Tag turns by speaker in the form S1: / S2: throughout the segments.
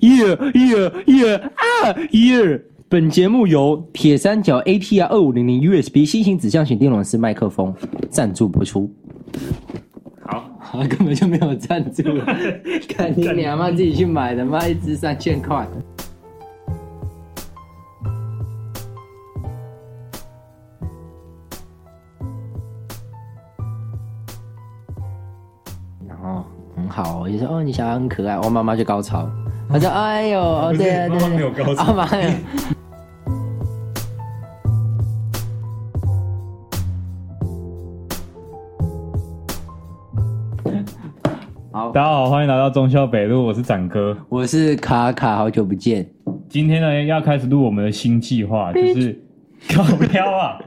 S1: 耶耶耶啊耶！本节目由铁三角 ATR 二五零零 USB 新型指向型电容式麦克风赞助播出。
S2: 好，
S1: 啊，根本就没有赞助， 看你娘妈自己去买的，妈一支三千块。然后很好、哦，就说哦，你小孩很可爱，我妈妈就高潮，她说哎 呦，哦
S2: 不是
S1: 对啊对
S2: 妈
S1: 啊
S2: 妈没有高潮
S1: 啊妈呀。好，
S2: 大家好，欢迎来到中校北路，我是展哥。
S1: 我是卡卡，好久不见。
S2: 今天呢，要开始录我们的新计划，就是搞飘啊。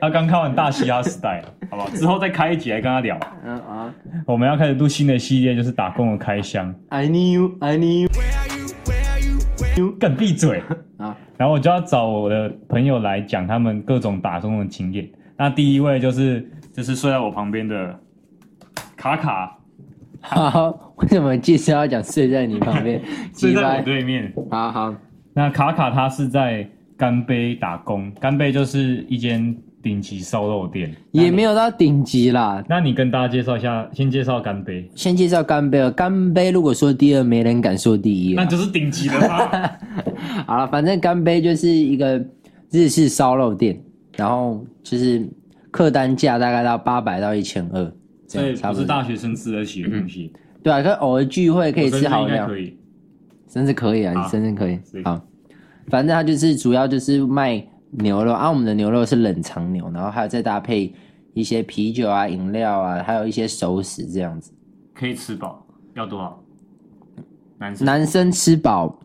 S2: 他刚看完《大嘻哈时代》，好不好？之后再开一集来跟他聊。
S1: 嗯啊
S2: 我们要开始录新的系列，就是打工的开箱。
S1: ，I need you, I need you
S2: 更闭嘴！
S1: 啊，
S2: 然后我就要找我的朋友来讲他们各种打工的经验。那第一位就是就是睡在我旁边的卡卡，
S1: 好，为什么介绍要讲睡在你旁边？
S2: 睡
S1: 鸡
S2: 在
S1: 掰
S2: 我对面。
S1: 好好，
S2: 那卡卡他是在干杯打工，干杯就是一间顶级烧肉店，
S1: 也没有到顶级啦。
S2: 那你跟大家介绍一下，先介绍干杯，
S1: 先介绍干杯了，干杯如果说第二，没人敢说第一
S2: 那
S1: 了。
S2: 就是顶级的吧？
S1: 好了，反正干杯就是一个日式烧肉店，然后就是客单价大概到八百到一千二， 这
S2: 所
S1: 样
S2: 以
S1: 差
S2: 不
S1: 不
S2: 是
S1: 多。
S2: 大学生吃得起的东西，
S1: 对啊，可是偶尔聚会可以
S2: 我
S1: 吃
S2: 生日
S1: 好
S2: 应该
S1: 料。
S2: 可以。
S1: 生日可以啊，
S2: 好
S1: 你生日可以
S2: 所以。
S1: 好，反正它就是主要就是卖牛肉啊，我们的牛肉是冷藏牛，然后还有再搭配一些啤酒啊、饮料啊，还有一些熟食这样子。
S2: 可以吃饱，要多少？男生
S1: 男生吃饱，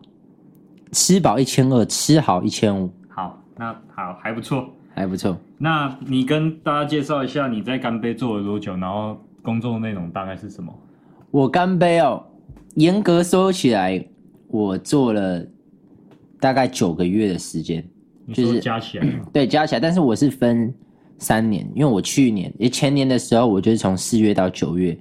S1: 吃饱一千二，吃好一千五，
S2: 好，那好还不错。
S1: 还不错。
S2: 那你跟大家介绍一下你在干杯做了多久，然后工作内容大概是什么？
S1: 我干杯哦！严格说起来，我做了大概九个月的时间，
S2: 你
S1: 就
S2: 说
S1: 是
S2: 加起来吗，
S1: 对，加起来，但是我是分三年，因为我去年也前年的时候，我就是从四月到九月，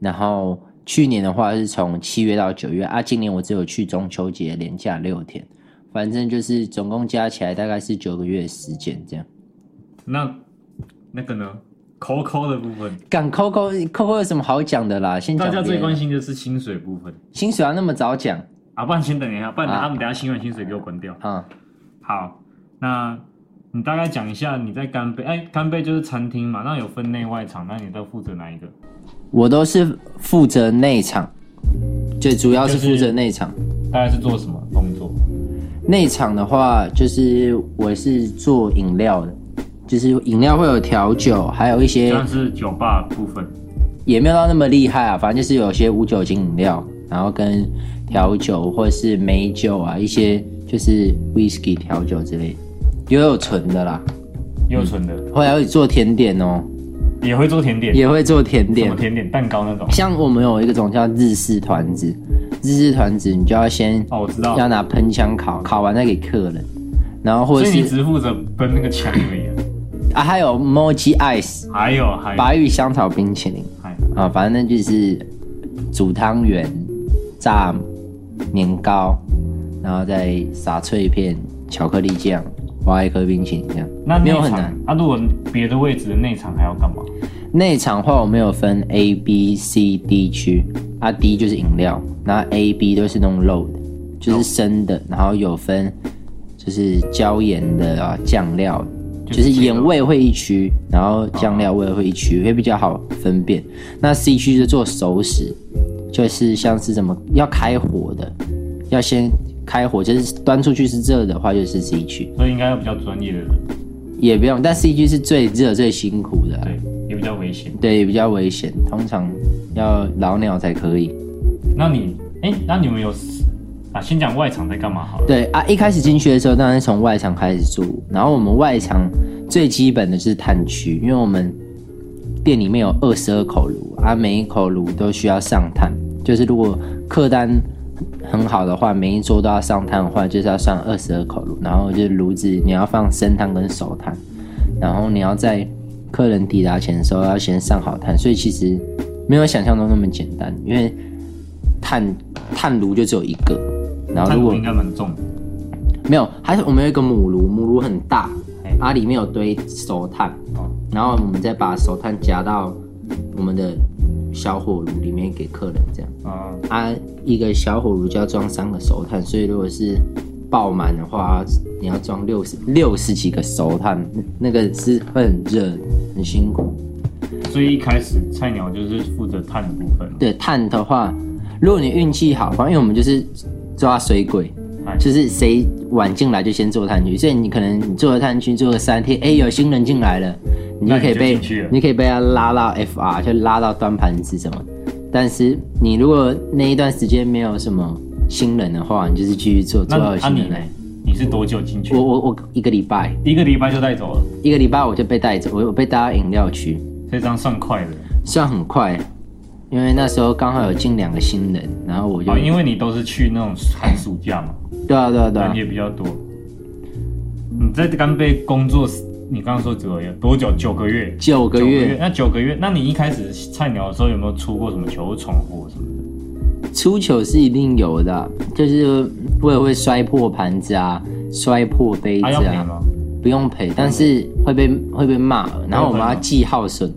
S1: 然后去年的话是从七月到九月啊，今年我只有去中秋节连假六天，反正就是总共加起来大概是九个月的时间这样。嗯
S2: 那那个呢？扣扣的部分，
S1: 敢 Coco Coco 有什么好讲的啦？先讲
S2: 大家
S1: 别
S2: 最
S1: 人
S2: 关心的是薪水部分。
S1: 薪水要那么早讲
S2: 啊，不然先等一下，不然
S1: 啊
S2: 他们等一下新完薪水给我关掉。
S1: 啊、
S2: 好，那你大概讲一下你在干杯，哎、干杯就是餐厅嘛，那有分内外场，那你都负责哪一个？
S1: 我都是负责内场，最主要是
S2: 就是
S1: 负责内场。
S2: 大概是做什么工作？
S1: 内场的话，就是我是做饮料的，就是饮料会有调酒，还有一些
S2: 像是啊酒吧部分，
S1: 也没有到那么厉害啊，反正就是有些无酒精饮料，然后跟调酒或是美酒啊，一些就是 whisky 调酒之类的，也有纯的啦。
S2: 又纯的，
S1: 后来会做甜点哦，
S2: 也会做甜点，
S1: 也会做甜
S2: 什
S1: 点
S2: 么，甜点蛋糕那种。
S1: 像我们有一个种叫日式团子，日式团子你就要先
S2: 哦，我知道，
S1: 要拿喷枪烤，烤完再给客人，然后或
S2: 所
S1: 者
S2: 以你
S1: 是
S2: 只负责分那个墙而已啊。
S1: 啊还有 mochi ice。
S2: 还有还有
S1: 白玉香草冰淇淋
S2: 还有，
S1: 啊，反正就是煮汤圆、炸年糕，然后再撒脆片、巧克力酱，挖一颗冰淇淋这样。
S2: 那
S1: 没
S2: 内
S1: 有很难。
S2: 场，那、啊如果别的位置的内场还要干嘛？
S1: 内场话我们有分 A、B、C、D 区，啊 D 就是饮料，然后 A、B 都是那种肉的，就是生的，然后有分就是椒盐的啊酱料，
S2: 就
S1: 就是是
S2: 鸡肉
S1: 盐味会一区，然后酱料味会一区，会比较好分辨。那 C 区就做熟食，就是像是什么要开火的，要先开火，就是端出去是热的话就是 C 区，
S2: 所以应该要比较专业的人，
S1: 也不用，但 C 区是最热最辛苦的啊、
S2: 对，也比较危险。
S1: 对，比较危险，通常要老鸟才可以。
S2: 那你，哎、那你们有啊？先讲外场在干嘛好了。
S1: 对啊，一开始进去的时候，当然是从外场开始做，然后我们外场最基本的是炭区，因为我们店里面有二十二口炉啊，每一口炉都需要上炭，就是如果客单很好的话，每一桌都要上炭的话，就是要上二十二口炉，然后就是炉子你要放生炭跟熟炭，然后你要在客人抵达前的时候要先上好炭，所以其实没有想象中那么简单，因为炭炭炉就只有一个，然后
S2: 碳
S1: 如果
S2: 度应该蛮重的。
S1: 没有，还是我们有一个母炉，母炉很大
S2: 哎，
S1: 啊，里面有堆熟炭，
S2: 哦，
S1: 然后我们再把熟炭夹到我们的小火炉里面给客人这样。
S2: 啊、
S1: 啊，一个小火炉就要装三个熟炭，所以如果是爆满的话，你要装六十六十几个熟炭，那个是会很热，很辛苦。
S2: 所以一开始菜鸟就是负责碳的部分。
S1: 对碳的话，如果你运气好，反正因为我们就是抓水鬼，
S2: 哎
S1: 就是谁晚进来就先做探区，所以你可能你做了探区做了三天，哎、有新人进来了，你就可以
S2: 那你
S1: 被
S2: 就进去了
S1: 你可以被他拉到 FR，就拉到端盘子什么。但是你如果那一段时间没有什么新人的话，你就是继续做，
S2: 那
S1: 做到有
S2: 那
S1: 新
S2: 你
S1: 人
S2: 呢
S1: 来。？
S2: 你是多久进去
S1: 我？我我一个礼拜，
S2: 一个礼拜就带走了，
S1: 一个礼拜我就被带走，我我被带到饮料区，
S2: 所以这样算快的。
S1: 算很快，因为那时候刚好有进两个新人，然后我就、
S2: 哦，因为你都是去那种寒暑假嘛，
S1: 对啊对啊对啊
S2: 人，也比较多。你在干杯工作，你刚刚说只有多久？九个月。
S1: 九个月。
S2: 那九个月，那你一开始菜鸟的时候有没有出过什么球闯祸什么的？
S1: 出糗是一定有的啊，就是我也会摔破盘子啊，摔破杯子
S2: 啊，要赔
S1: 啊，
S2: 吗？
S1: 不用赔，但是会被会被骂，然后我们要记耗损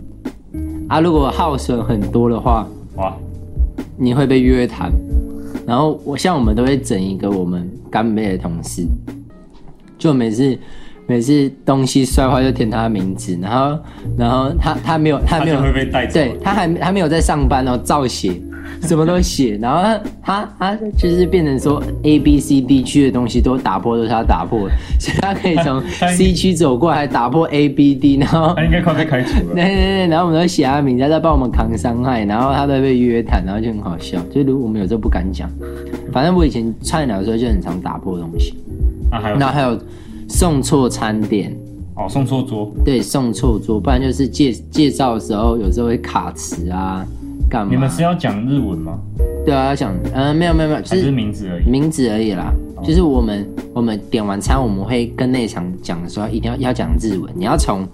S1: 啊，如果耗损很多的话，
S2: 哇，
S1: 你会被约谈。然后我像我们都会整一个我们干杯的同事，就每次每次东西摔坏就填他的名字，然后然后他他没有他
S2: 他
S1: 没有
S2: 就会被带走。
S1: 对他还还没有在上班哦，照写，什么都 写，然后他他他就是变成说 A B C D 区的东西都打破，都是他打破的，所以他可以从
S2: 他应
S1: C 区走过来打破 A B D，然后
S2: 他应该快被开除 了。
S1: 对对对，然后我们都写他的名字，他在帮我们扛伤害，然后他都被约谈，然后就很好笑，就如果我们有时候不敢讲，反正我以前菜鸟的时候就很常打破东西，
S2: 那啊还有
S1: 然后还有送错餐点。
S2: 哦，送错桌，
S1: 对，送错桌，不然就是介介绍的时候有时候会卡词啊，干嘛？
S2: 你们是要讲日文吗？
S1: 对啊，要想，嗯、没有没有没有，
S2: 还
S1: 就是是
S2: 名字而已？
S1: 名字而已啦。就是我们我们点完餐，我们会跟内场讲说，一定要要讲日文，你要从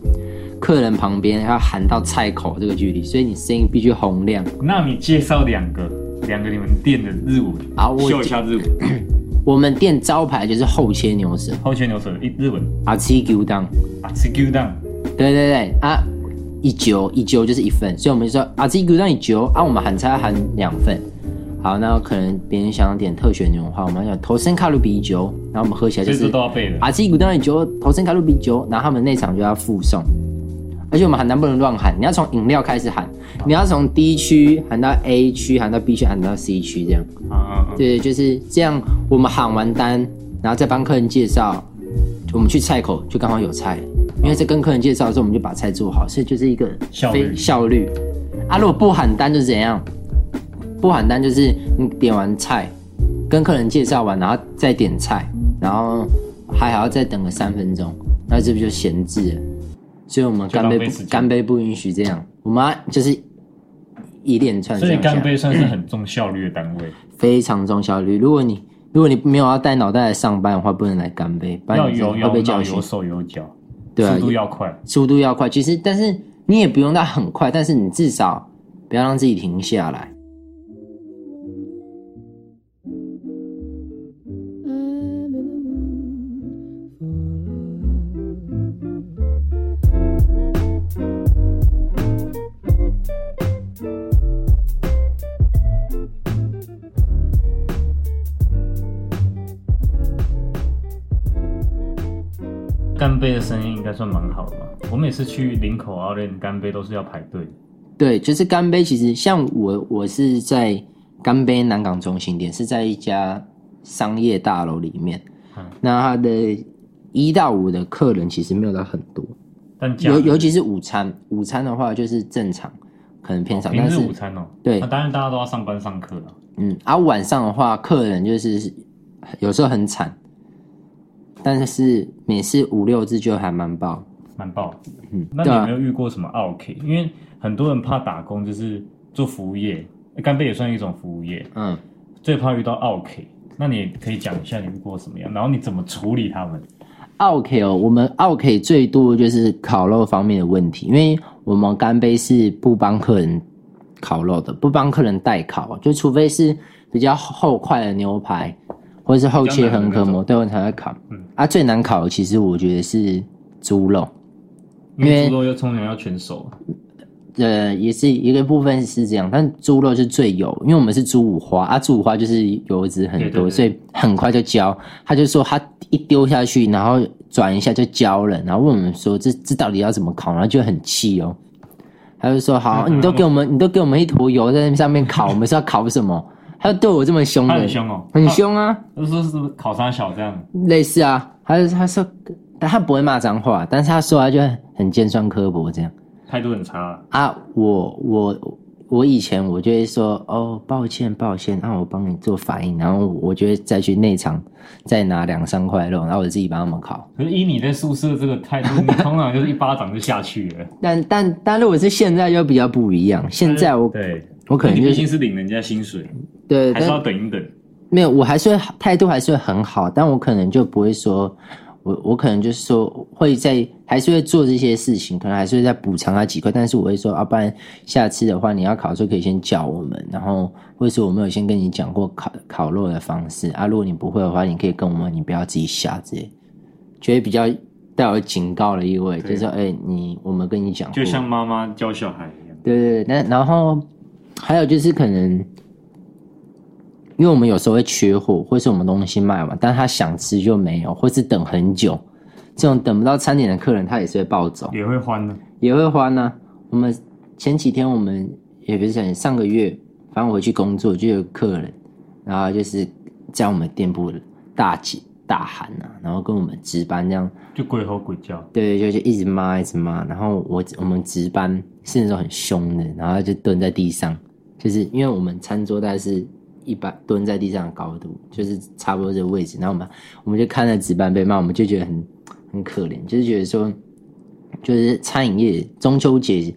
S1: 客人旁边要喊到菜口这个距离，所以你声音必须洪亮。
S2: 那你介绍两个，两个你们店的日文
S1: 啊我
S2: 秀一下日文，
S1: 我们店招牌就是厚切牛舌
S2: 后圈牛舌一日文
S1: 啊，七牛当，
S2: 啊 t s u d a n
S1: 对对对啊，一九一九就是一份，所以我们就说啊，七牛当一九啊，我们喊菜喊两份。好，那可能别人想要点特选牛的话，我们要讲头身卡路比一九，然后我们喝起来
S2: 所
S1: 就
S2: 以这
S1: 是啊
S2: 都要背的。
S1: 阿基古当然酒，头身卡路比酒，然后他们那场就要附送。而且我们喊单不能乱喊，你要从饮料开始喊，你要从 D 区喊到 A 区，喊到 B 区，喊到 C 区，这样。
S2: 啊啊啊！
S1: 对，就是这样。我们喊完单，然后再帮客人介绍，我们去菜口就刚好有菜，因为在跟客人介绍的时候，我们就把菜做好，所以就是一个
S2: 效
S1: 非
S2: 率
S1: 效率。啊，如果不喊单就是怎样？不喊单就是你点完菜，跟客人介绍完，然后再点菜，然后还好要再等个三分钟，那这不就闲置了？所以我们
S2: 就
S1: 干
S2: 浪
S1: 杯
S2: 费
S1: 不
S2: 时间
S1: 干杯不允许这样，我们要就是一连串这
S2: 所以
S1: 样下
S2: 干杯算是很重效率的单位，
S1: 非常重效率。如果你如果你没有要带脑袋来上班的话，不能来干杯，不
S2: 要
S1: 然你
S2: 有
S1: 会
S2: 有
S1: 被
S2: 脑
S1: 教
S2: 有
S1: 训。
S2: 手有脚，
S1: 对啊
S2: 速，度要快。
S1: 速度要快。其实，但是你也不用到很快，但是你至少不要让自己停下来。
S3: I'm in the mood for love.
S2: 干杯的声音应该算蛮好的嘛。我每次去林口奥练干杯都是要排队的，
S1: 对，就是干杯。其实像我，我是在干杯南港中心店，是在一家商业大楼里面。
S2: 嗯
S1: 那它的一到五的客人其实没有到很多，
S2: 但假
S1: 尤
S2: 日
S1: 尤其是午餐，午餐的话就是正常，可能偏少，
S2: 平
S1: 但
S2: 日
S1: 是
S2: 午餐哦，
S1: 对
S2: 那当然大家都要上班上课了。
S1: 嗯，啊，晚上的话，客人就是有时候很惨，但是每次五六次就还蛮爆。
S2: 蛮爆。
S1: 嗯
S2: 那你
S1: 对啊
S2: 有没有遇过什么 OK？因为很多人怕打工，就是做服务业，干杯也算一种服务业，
S1: 嗯，
S2: 最怕遇到 OK。那你也可以讲一下你遇过什么样，然后你怎么处理他们？
S1: 奥 K 哦，我们奥 K 最多就是烤肉方面的问题，因为我们干杯是不帮客人烤肉的，不帮客人代烤，就除非是比较厚块的牛排，或者是后切横膈
S2: 比较难的那
S1: 膜，
S2: 种
S1: 对我才会烤。
S2: 嗯
S1: 啊，最难烤的其实我觉得是猪肉，
S2: 因
S1: 因为
S2: 为猪肉要通常要全熟，啊
S1: 呃，也是一个部分是这样，但猪肉是最油，因为我们是猪五花啊，猪五花就是油脂很多，
S2: 对对对
S1: 所以很快就焦。他就说他一丢下去，然后转一下就焦了，然后问我们说这这到底要怎么烤，然后就很气哦。他就说好，
S2: 嗯
S1: 你都给我们，你都给我们一坨油在那上面烤，我们是要烤什么？他就对我这么凶
S2: 他
S1: 的，
S2: 很凶哦，
S1: 很凶啊，
S2: 他，他说是不是烤沙小这样，
S1: 类似啊。他他说他不会骂脏话，但是他说他就很尖酸刻薄这样。
S2: 态度很差啊，
S1: 啊，我我我以前我就会说哦，抱歉抱歉，那、我帮你做反应，然后我就会再去内场再拿两三块肉，然后我自己帮他们烤。
S2: 可是以你在宿舍这个态度，你通常就是一巴掌就下去了。
S1: 但但但如果是现在就比较不一样，现在我
S2: 对，
S1: 我可能
S2: 你
S1: 就
S2: 毕
S1: 是
S2: 竟是领人家薪水，
S1: 对，
S2: 还是要
S1: 但
S2: 等一等。
S1: 没有，我还是会态度还是会很好，但我可能就不会说。我我可能就是说会在还是会做这些事情，可能还是会再补偿他几块，但是我会说啊，不然下次的话你要烤的时候可以先叫我们，然后或者是我们有先跟你讲过烤烤肉的方式啊，如果你不会的话，你可以跟我们，你不要自己下之类，觉得比较带有警告的意味，就
S2: 对啊
S1: 是说哎、你我们跟你讲过，
S2: 就像妈妈教小孩一样，
S1: 对对对，那然后还有就是可能，因为我们有时候会缺货，或是我们东西卖完，但他想吃就没有，或是等很久，这种等不到餐点的客人，他也是会暴走，
S2: 也会欢啊的。
S1: 也会花呢、我们前几天我们也不是前上个月，反正我回去工作就有客人，然后就是在我们店铺大姐大喊啊，然后跟我们值班这样
S2: 就鬼吼鬼叫，
S1: 对，就是一直骂，一直骂。然后我我们值班是那种很凶的，然后他就蹲在地上，就是因为我们餐桌大概是一般蹲在地上的高度，就是差不多这个位置。然后我们我们就看着值班被骂，我们就觉得很很可怜，就是觉得说，就是餐饮业中秋节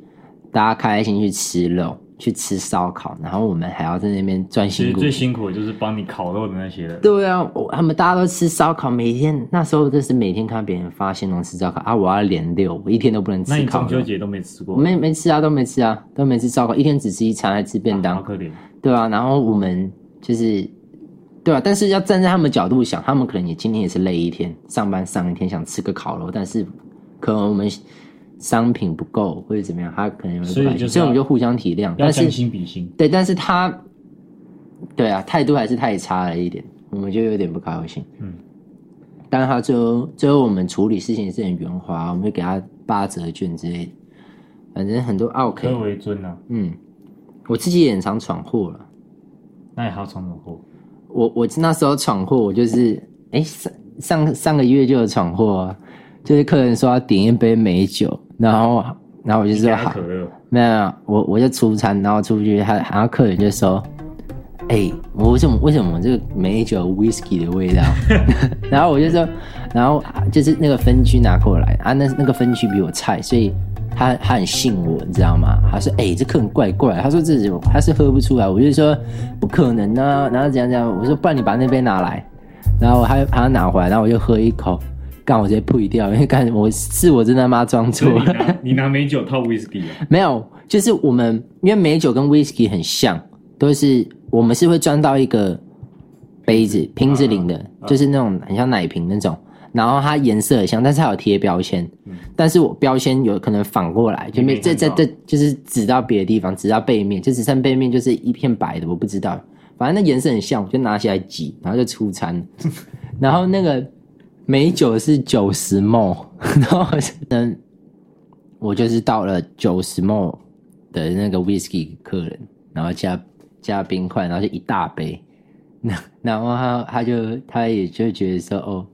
S1: 大家开心去吃肉，去吃烧烤，然后我们还要在那边赚
S2: 其
S1: 辛
S2: 实
S1: 苦
S2: 最辛苦的就是帮你烤肉的那些人。
S1: 对啊，我他们大家都吃烧烤，每天那时候就是每天看别人发现能吃烧烤啊，我要连六，我一天都不能
S2: 那
S1: 吃
S2: 你
S1: 烤
S2: 中秋
S1: 肉。
S2: 节都没吃过，
S1: 我没没吃啊，都没吃啊，都没吃烧烤，一天只吃一餐，还吃便当
S2: 好，可怜。
S1: 对啊，然后我们就是，对啊，但是要站在他们角度想，他们可能也今天也是累一天，上班上一天，想吃个烤肉，但是可能我们商品不够或者怎么样，他可能也会不
S2: 所以
S1: 开心
S2: 就是
S1: 所以我们
S2: 要
S1: 就互相体谅，
S2: 要
S1: 但
S2: 将
S1: 是
S2: 心比心，
S1: 对，但是他，对啊，态度还是太差了一点，我们就有点不高兴。
S2: 嗯，
S1: 但是他最后最后我们处理事情是很圆滑，我们就给他八折券之类的，反正很多啊
S2: 以
S1: OK。
S2: 为尊啊。
S1: 嗯，我自己也很常闯祸了。
S2: 那也好闯闯祸，
S1: 我我那时候闯祸，我就是哎上上上个月就有闯祸啊，就是客人说要点一杯美酒，然后然后我就说
S2: 加
S1: 好
S2: 可，乐，
S1: 没有没有，我我就出餐，然后出去，他然后客人就说：“哎、我为什么为什么这个美酒有 whisky 的味道？” 然后我就说，然后就是那个分区拿过来啊，那那个分区比我菜，所以他他很信我，你知道吗？他说：“哎、这客人怪怪。”他说：“这是他是喝不出来。”我就说：“不可能啊！”然后怎样怎样，我说：“不然你把那杯拿来。”然后他他拿回来，然后我就喝一口。干我直接呸掉，因为干我是我真他妈装错
S2: 所以
S1: 了
S2: 你。拿你拿美酒套 whisky 啊，
S1: 没有，就是我们因为美酒跟 whisky 很像，都是我们是会装到一个杯子瓶子领的，
S2: 啊
S1: 就是那种很像奶瓶那种，然后它颜色很像，但是它有贴标签，但是我标签有可能反过来，就没
S2: 嗯没
S1: 这
S2: 看
S1: 这
S2: 到
S1: 这就是指到别的地方，指到背面，就只剩背面就是一片白的，我不知道，反正那颜色很像，我就拿起来挤，然后就出 餐，然后那个美酒是九十梦，然后我就嗯，我就是倒了九十梦的那个 whisky 给客人，然后加加冰块，然后就一大杯，那然后他他就他也就觉得说哦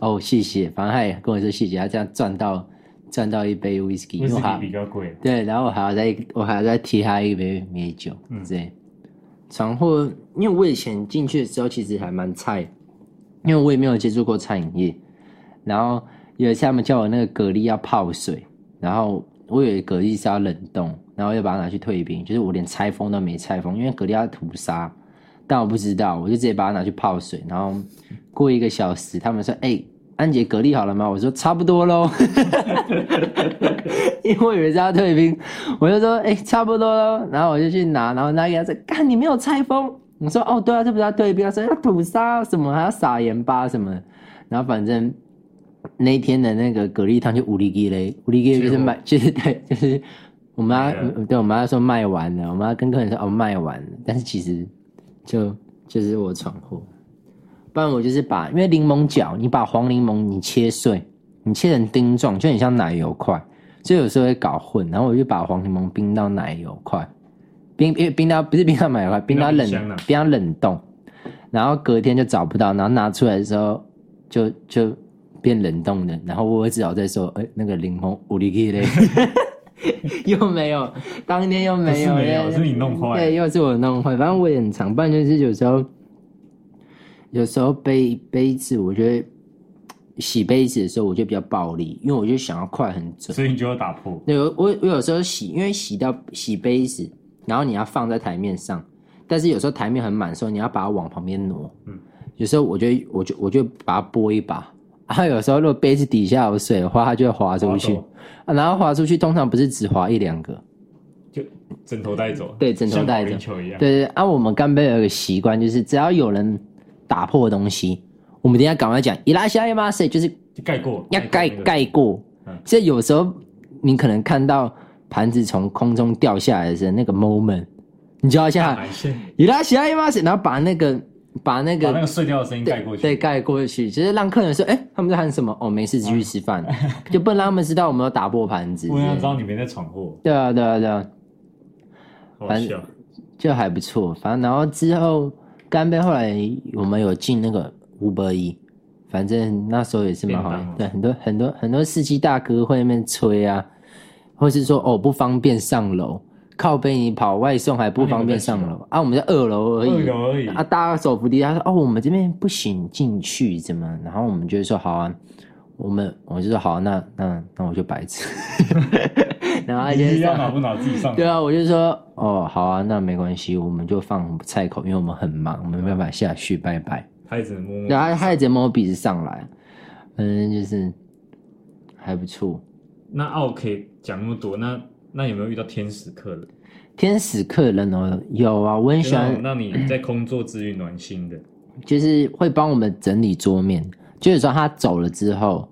S1: 哦谢谢，反正他也跟我说谢谢，他这样赚到赚到一杯 whisky，因为我还
S2: whisky 比较贵，
S1: 对，然后我还要再我还要再踢他一杯美酒，对。闯祸，因为我以前进去的时候其实还蛮菜，因为我也没有接触过餐饮业。然后有一次他们叫我那个蛤蜊要泡水，然后我以为蛤蜊是要冷冻，然后又把它拿去退冰，就是我连拆封都没拆封，因为蛤蜊要吐沙，但我不知道，我就直接把它拿去泡水，然后过一个小时，他们说：“哎、安姐蛤蜊好了吗？”我说：“差不多喽。” 因为我以为是要退冰，我就说：“哎、差不多喽。”然后我就去拿，然后拿给他说：“干，你没有拆封。”我说哦，对啊，这不是要对标，说要吐沙什么，还要撒盐巴什么的，然后反正那一天的那个蛤蜊汤就无力给嘞，无力给就是卖， 就是对，就是我妈嗯
S2: 没了
S1: 对我妈说卖完了，我妈跟客人说哦卖完了，但是其实就就是我闯祸，不然我就是把因为柠檬角，你把黄柠檬你切碎，你切成丁状，就很像奶油块，所以有时候会搞混，然后我就把黄柠檬冰到奶油块。冰冰冰到不是冰到买回来，冰到冷
S2: 冰到冰箱啊
S1: 冰到冷冻，然后隔天就找不到，然后拿出来的时候就就变冷冻的，然后我只好再说，哎、那个柠檬无力气嘞， 又没有，当天又没有，
S2: 不是没有
S1: 又
S2: 是你弄坏
S1: 对，又是我弄坏，反正我也很常办，就是有时候有时候杯杯子，我觉得洗杯子的时候我就比较暴力，因为我就想要快很准。
S2: 所以你就要打破。
S1: 对，我我我有时候洗，因为洗到洗杯子，然后你要放在台面上，但是有时候台面很满的时候，你要把它往旁边挪。嗯，有时候我就我就我就把它拨一把，然后有时候如果杯子底下有水的话，它就会滑出去
S2: 滑走。
S1: 啊、然后滑出去通常不是只滑一两个，
S2: 就枕头带走，啊
S1: 对枕头带走
S2: 像保龄球一样。
S1: 对对，对啊，我们干杯有一个习惯，就是只要有人打破东西，我们等一下赶快讲伊拉西亚马塞，就是
S2: 就盖过，
S1: 要盖
S2: 过那个，
S1: 盖过
S2: 嗯。
S1: 所以有时候你可能看到盘子从空中掉下来的时候，那个 moment，你就要
S2: 大
S1: 像
S2: 海线
S1: 伊拉西亚伊马斯，然后把那个把那
S2: 把
S1: 个
S2: 那个碎掉的声音盖过去。
S1: 对，盖过去，就是让客人说，哎、他们在喊什么？哦，没事，继续吃饭， 就不能让他们知道我们有打破盘子。
S2: 不然他知道你没在闯祸，
S1: 对啊，对啊，对啊，
S2: 好
S1: 反
S2: 笑。
S1: 就还不错。反正然后之后干杯，后来我们有进那个五百一，反正那时候也是蛮好
S2: 便当
S1: 玩
S2: 哦。
S1: 对，很多很多很多司机大哥会在那边催啊，或是说哦不方便上楼，靠背你跑外送还不方便上
S2: 那你
S1: 楼啊，我们在二楼而
S2: 二
S1: 已。
S2: 楼而已，
S1: 啊，大家手扶梯，他说：“哦，我们这边不行进去，怎么？”然后我们就说：“好啊，我们我就说好、啊，那那那我就白痴。” 然后他就
S2: 你要
S1: 上
S2: 拿不拿自己上？
S1: 对啊，我就说哦，好啊，那没关系，我们就放菜口，因为我们很忙，我们没办法下去，拜拜。
S2: 他也只能摸摸。
S1: 然啊后他他也直接摸鼻子上来，反正就是还不错。
S2: 那啊 OK，讲那么多，那那有没有遇到天使客人？
S1: 天使客人哦，有啊，我很
S2: 就
S1: 喜
S2: 那
S1: 欢
S2: 种，让你在工作之余暖心的，
S1: 就是会帮我们整理桌面。就是说他走了之后，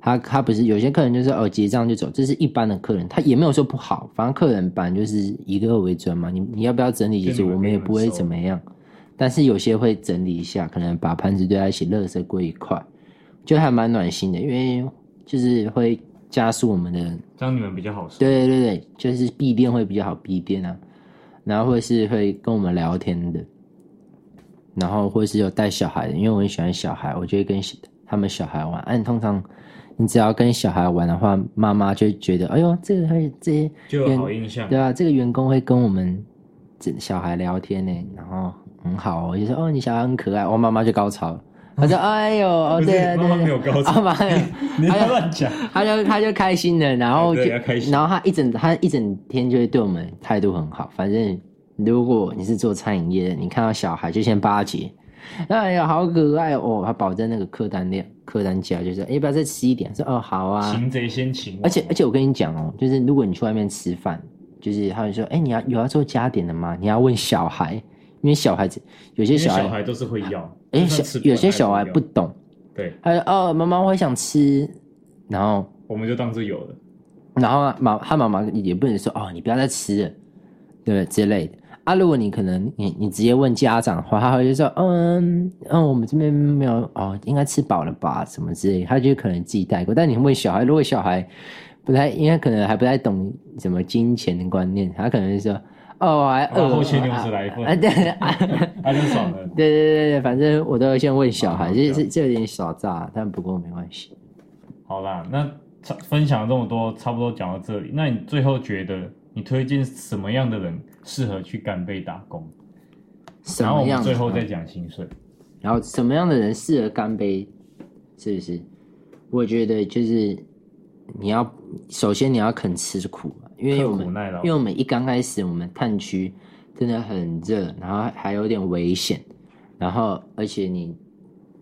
S1: 他他不是有些客人就是哦结账就走，这是一般的客人，他也没有说不好，反正客人本来就是以个为准嘛。你你要不要整理，
S2: 就
S1: 其实
S2: 你
S1: 我
S2: 们
S1: 们
S2: 可以
S1: 也不会
S2: 忍受
S1: 怎么样。但是有些会整理一下，可能把盘子堆在一起，垃圾归一块，就还蛮暖心的，因为就是会加速我们的
S2: 这样你们比较好说。
S1: 对对对，就是闭店会比较好闭店啊，然后或是会跟我们聊天的，然后或是有带小孩的，因为我很喜欢小孩，我就会跟小他们小孩玩。按、通常你只要跟小孩玩的话，妈妈就会觉得，哎呦，这个会这些
S2: 就有好印象
S1: 对。啊，这个员工会跟我们这小孩聊天呢，然后很好哦，我就说哦，你小孩很 可爱，我妈妈就高潮了。她说：“哎呦，哦
S2: 不是
S1: 对啊，对啊
S2: 妈妈没有 高潮
S1: 啊妈呀，
S2: 你不
S1: 哎
S2: 要
S1: 呀
S2: 乱讲，
S1: 他就他就开心了，然后
S2: 对
S1: 就
S2: 要开心
S1: 然后他一整他一整天就会对我们态度很好。反正如果你是做餐饮业的，你看到小孩就先巴结，哎呀好可爱哦，他保证那个客单量客单价就是哎要不要再吃一点？说哦好啊，
S2: 擒贼先擒王。
S1: 而且而且我跟你讲哦，就是如果你去外面吃饭，就是他会说哎你要有要做加点的吗？你要问小孩，因为小孩子有些
S2: 因为
S1: 小
S2: 小
S1: 孩
S2: 孩都是会要，
S1: 哎
S2: 就算
S1: 小
S2: 吃不完
S1: 有些小
S2: 他
S1: 孩
S2: 也
S1: 不
S2: 会要
S1: 懂，
S2: 对，
S1: 他说哦妈妈我也想吃，然后。
S2: 我们就当 做有了。
S1: 然后妈他妈妈也不能说哦，你不要再吃了，对不对之类的啊？如果你可能你你直接问家长的话，他会就说嗯嗯，我们这边没有哦，应该吃饱了吧，什么之类的，他就可能自己带过。但你问小孩，如果小孩不太，应该可能还不太懂什么金钱的观念，他可能就说哦，我还饿
S2: 啊
S1: 了，
S2: 后续六
S1: 啊
S2: 十来一份
S1: 啊，对 啊
S2: 他就爽了。
S1: 对对对对，反正我都会先问小
S2: 好
S1: 孩，
S2: 好
S1: 这
S2: 好
S1: 这这有点小炸，但不过没关系。
S2: 好啦，那差分享了这么多，差不多讲到这里。那你最后觉得你推荐什么样的人适合去干杯打工？
S1: 什
S2: 然后
S1: 么
S2: 我
S1: 样
S2: 们
S1: 的啊
S2: 最后
S1: 呢
S2: 再讲薪水。
S1: 然后什么样的人适合干杯？是不是？我觉得就是你要首先你要肯吃苦啊，因为我
S2: 刻苦
S1: 们
S2: 耐劳
S1: 因为我们一刚开始我们探区真的很热，然后还有点危险，然后而且你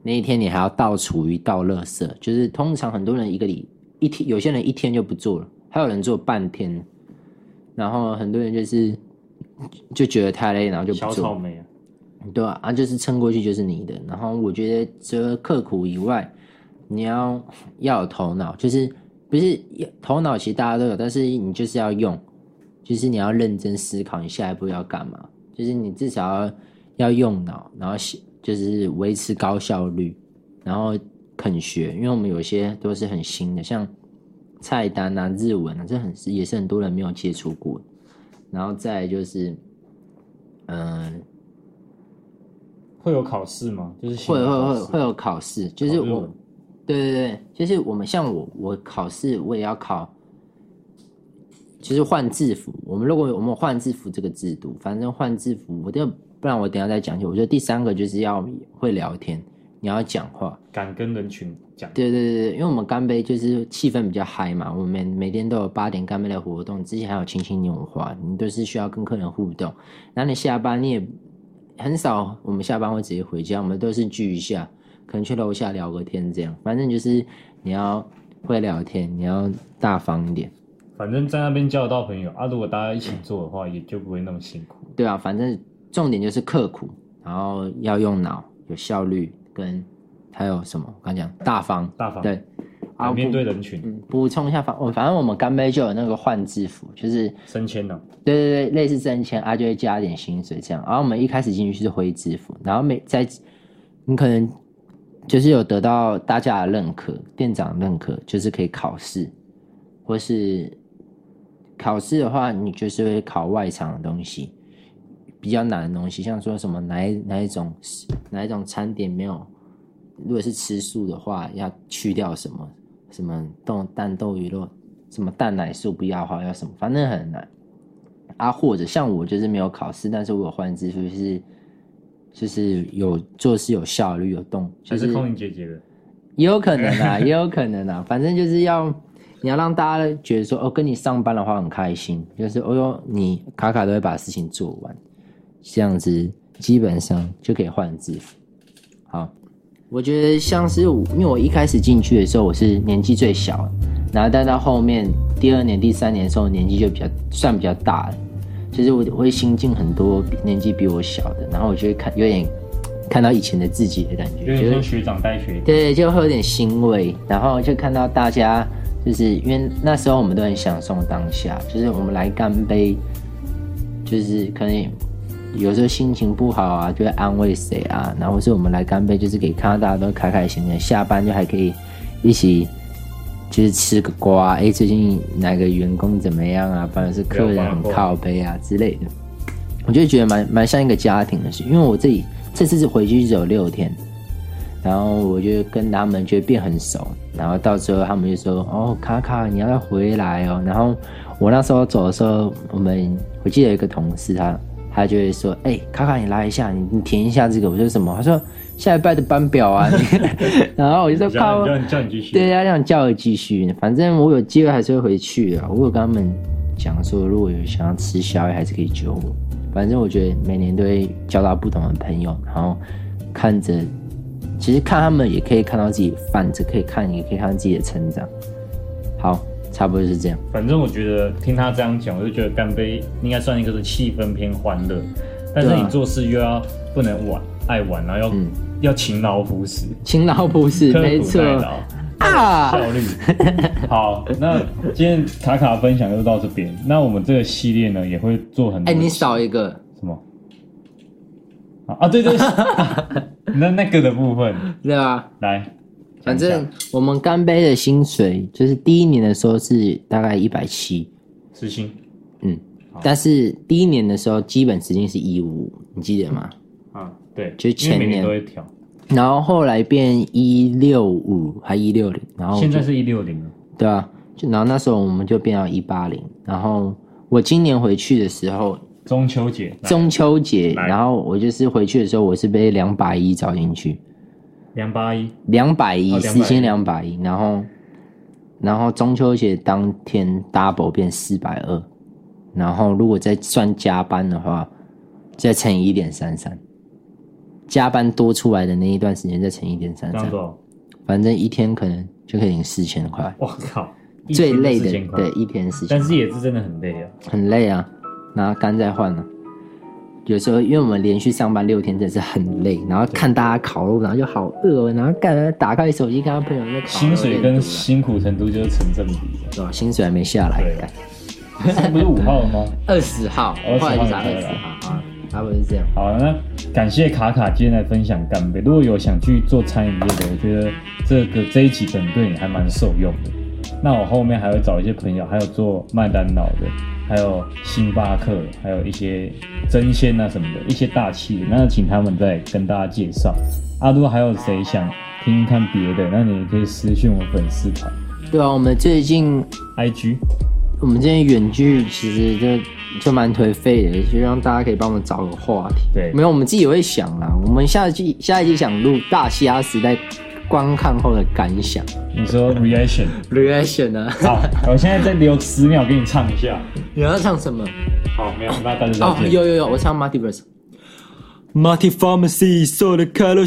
S1: 那一天你还要倒厨余、倒垃圾，就是通常很多人一个礼一天，有些人一天就不做了，还有人做半天，然后很多人就是就觉得太累，然后就不
S2: 小
S1: 做
S2: 草。莓啊，
S1: 对啊，啊，就是撑过去就是你的。然后我觉得除了刻苦以外，你要要有头脑，就是不是头脑其实大家都有，但是你就是要用，就是你要认真思考你下一步要干嘛，就是你至少要要用脑，然后写就是维持高效率，然后肯学，因为我们有些都是很新的，像菜单啊、日文啊，这很也是很多人没有接触过。然后再来就是，嗯、
S2: 会有考哦嗯试吗？就是
S1: 会
S2: 会
S1: 会会会有考试，就是
S2: 考日
S1: 我
S2: 文，
S1: 对对对，就是我们像我我考试我也要考，就是换制服。我们如果我们有换制服这个制度，反正换制服，我就不然我等一下再讲起。我觉得第三个就是要会聊天，你要讲话，
S2: 敢跟人群讲，
S1: 对对对，对因为我们干杯就是气氛比较嗨嘛，我们每每天都有八点干杯的活动，之前还有清新牛花，你都是需要跟客人互动。然后你下班你也很少，我们下班会直接回家，我们都是聚一下，可能去楼下聊个天这样。反正就是你要会聊天，你要大方一点，
S2: 反正在那边交得到朋友啊。如果大家一起做的话，也就不会那么辛苦。
S1: 对啊，反正重点就是刻苦，然后要用脑，有效率，跟还有什么？我刚讲大方，
S2: 大方
S1: 对。啊
S2: 敢啊面
S1: 不
S2: 对人群，
S1: 嗯，补充一下，反我反正我们干杯就有那个换制服，就是
S2: 升迁了，
S1: 对对对，类似挣钱啊，就会加点薪水这样。然后我们一开始进去是灰制服，然后每在你可能就是有得到大家的认可，店长认可，就是可以考试，或是考试的话，你就是会考外场的东西，比较难的东西，像说什么哪一哪一种哪一种餐点没有，如果是吃素的话，要去掉什么什么豆蛋豆鱼肉，什么蛋奶素不要的话要什么，反正很难。啊，或者像我就是没有考试，但是我有换制服，就是就是有做事有效率有动，就
S2: 还
S1: 是
S2: 是空灵姐姐的，
S1: 也有可能啊，也 有可能啊，反正就是要你要让大家觉得说，哦，跟你上班的话很开心，就是哦哟，你卡卡都会把事情做完，这样子基本上就可以换制服。好，我觉得像是我因为我一开始进去的时候我是年纪最小的，然后但到后面第二年、第三年的时候年纪就比较算比较大了，就是我我会新进很多年纪比我小的，然后我就会看有点看到以前的自己的感觉，
S2: 有
S1: 觉
S2: 点
S1: 得
S2: 像学长带学弟，
S1: 对，就会有点欣慰，然后就看到大家，就是因为那时候我们都很享受当下，就是我们来干杯，就是可能有时候心情不好啊，就会安慰谁啊，然后或是我们来干杯，就是给看到大家都开开心心，下班就还可以一起。就是吃个瓜，哎、最近哪个员工怎么样啊？不然是客人很靠背啊之类的，我就觉得蛮蛮像一个家庭的事。因为我自己这次是回去只有六天，然后我就跟他们就变很熟，然后到时候他们就说：“哦，卡卡，你要回来哦。”然后我那时候走的时候，我们我记得有一个同事他，他就会说：“哎、卡卡，你来一下，你你填一下这个。”我说：“什么？”他说：“下礼拜的班表啊。 你”然后我就说：“靠
S2: 叫，叫你叫你继续，
S1: 对，他想叫我继续。反正我有机会还是会回去的。我有跟他们讲说，如果有想要吃宵夜，还是可以揪我。反正我觉得每年都会交到不同的朋友，然后看着，其实看他们也可以看到自己泛着，可以看，也可以看到自己的成长。好，差不多就是这样。
S2: 反正我觉得听他这样讲，我就觉得干杯应该算一个是气氛偏欢乐，但是
S1: 对啊
S2: 你做事又要不能玩，爱玩，然后要、
S1: 嗯
S2: 要勤劳朴实，
S1: 勤劳朴实，
S2: 刻
S1: 没
S2: 苦
S1: 错
S2: 耐劳，
S1: 啊。
S2: 效 率。好，那今天卡卡分享就到这边。那我们这个系列呢，也会做很多
S1: 哎、你少一个，
S2: 什么？啊啊，对 对，对那那个的部分
S1: 对吧？
S2: 来，
S1: 反
S2: 讲一
S1: 正
S2: 下
S1: 我们干杯的薪水，就是第一年的时候是大概一百七，
S2: 时薪
S1: 嗯，但是第一年的时候，基本时薪是一五，你记得吗？
S2: 啊，对，
S1: 就是
S2: 因为每
S1: 前年
S2: 年都会调，
S1: 然后后来变一六五还一六零，然后
S2: 现
S1: 就
S2: 在是一六零了，
S1: 对啊，就然后那时候我们就变到一八零，然后我今年回去的时候，
S2: 中秋节
S1: 中秋节，
S2: 来
S1: 然后我就是回去的时候，我是被两百一找进去，
S2: 两八一，
S1: 两百一
S2: 哦210
S1: 时薪两百一，然后然后中秋节当天 double 变四百二，然后如果再算加班的话，再乘以一点三三，加班多出来的那一段时间再乘一点三
S2: 这样
S1: 三
S2: 子，哦，
S1: 反正一天可能就可以领四千块，
S2: 我靠，一
S1: 最
S2: 天
S1: 累的
S2: 4000块
S1: 对一天四千
S2: 但，是也是真的很累啊。
S1: 很累啊，拿干再换了、有时候因为我们连续上班六天，真的是很累，然后看大家烤肉，然后就好饿哦，然后干打开手机看到朋友在烤肉
S2: 薪水
S1: 练
S2: 跟
S1: 肚子
S2: 辛苦程度就是成正比的。
S1: 对吧哦薪水还没下来
S2: 对，
S1: 干
S2: 现在不是五号了吗？
S1: 二十号，
S2: 20号
S1: 我后来就打
S2: 才
S1: 二
S2: 来
S1: 十号啊，差不多是这样。
S2: 好，那感谢卡卡今天来分享干杯。如果有想去做餐饮业的，我觉得这个这一集可能对你还蛮受用的。那我后面还会找一些朋友，还有做麦当劳的，还有星巴克，还有一些真鲜啊什么的，一些大企业，那请他们再跟大家介绍。啊，如果还有谁想听听看别的，那你也可以私信我粉丝团
S1: 对啊，我们最近
S2: IG。
S1: 我们最近远距其实就就蛮颓废的，就让大家可以帮我们找个话题。
S2: 对
S1: 没有，我们自己也会想啊。我们下一季下一季想录大西亚时代观看后的感想
S2: 你说 reaction，
S1: reaction 啊，
S2: 好，我现在再留十秒给你唱一下。
S1: 你要唱什么？
S2: 好，没有，那大家再见。
S1: 哦，有有有，我唱 multiverse。
S4: Multi Pharmacy 所有的开了。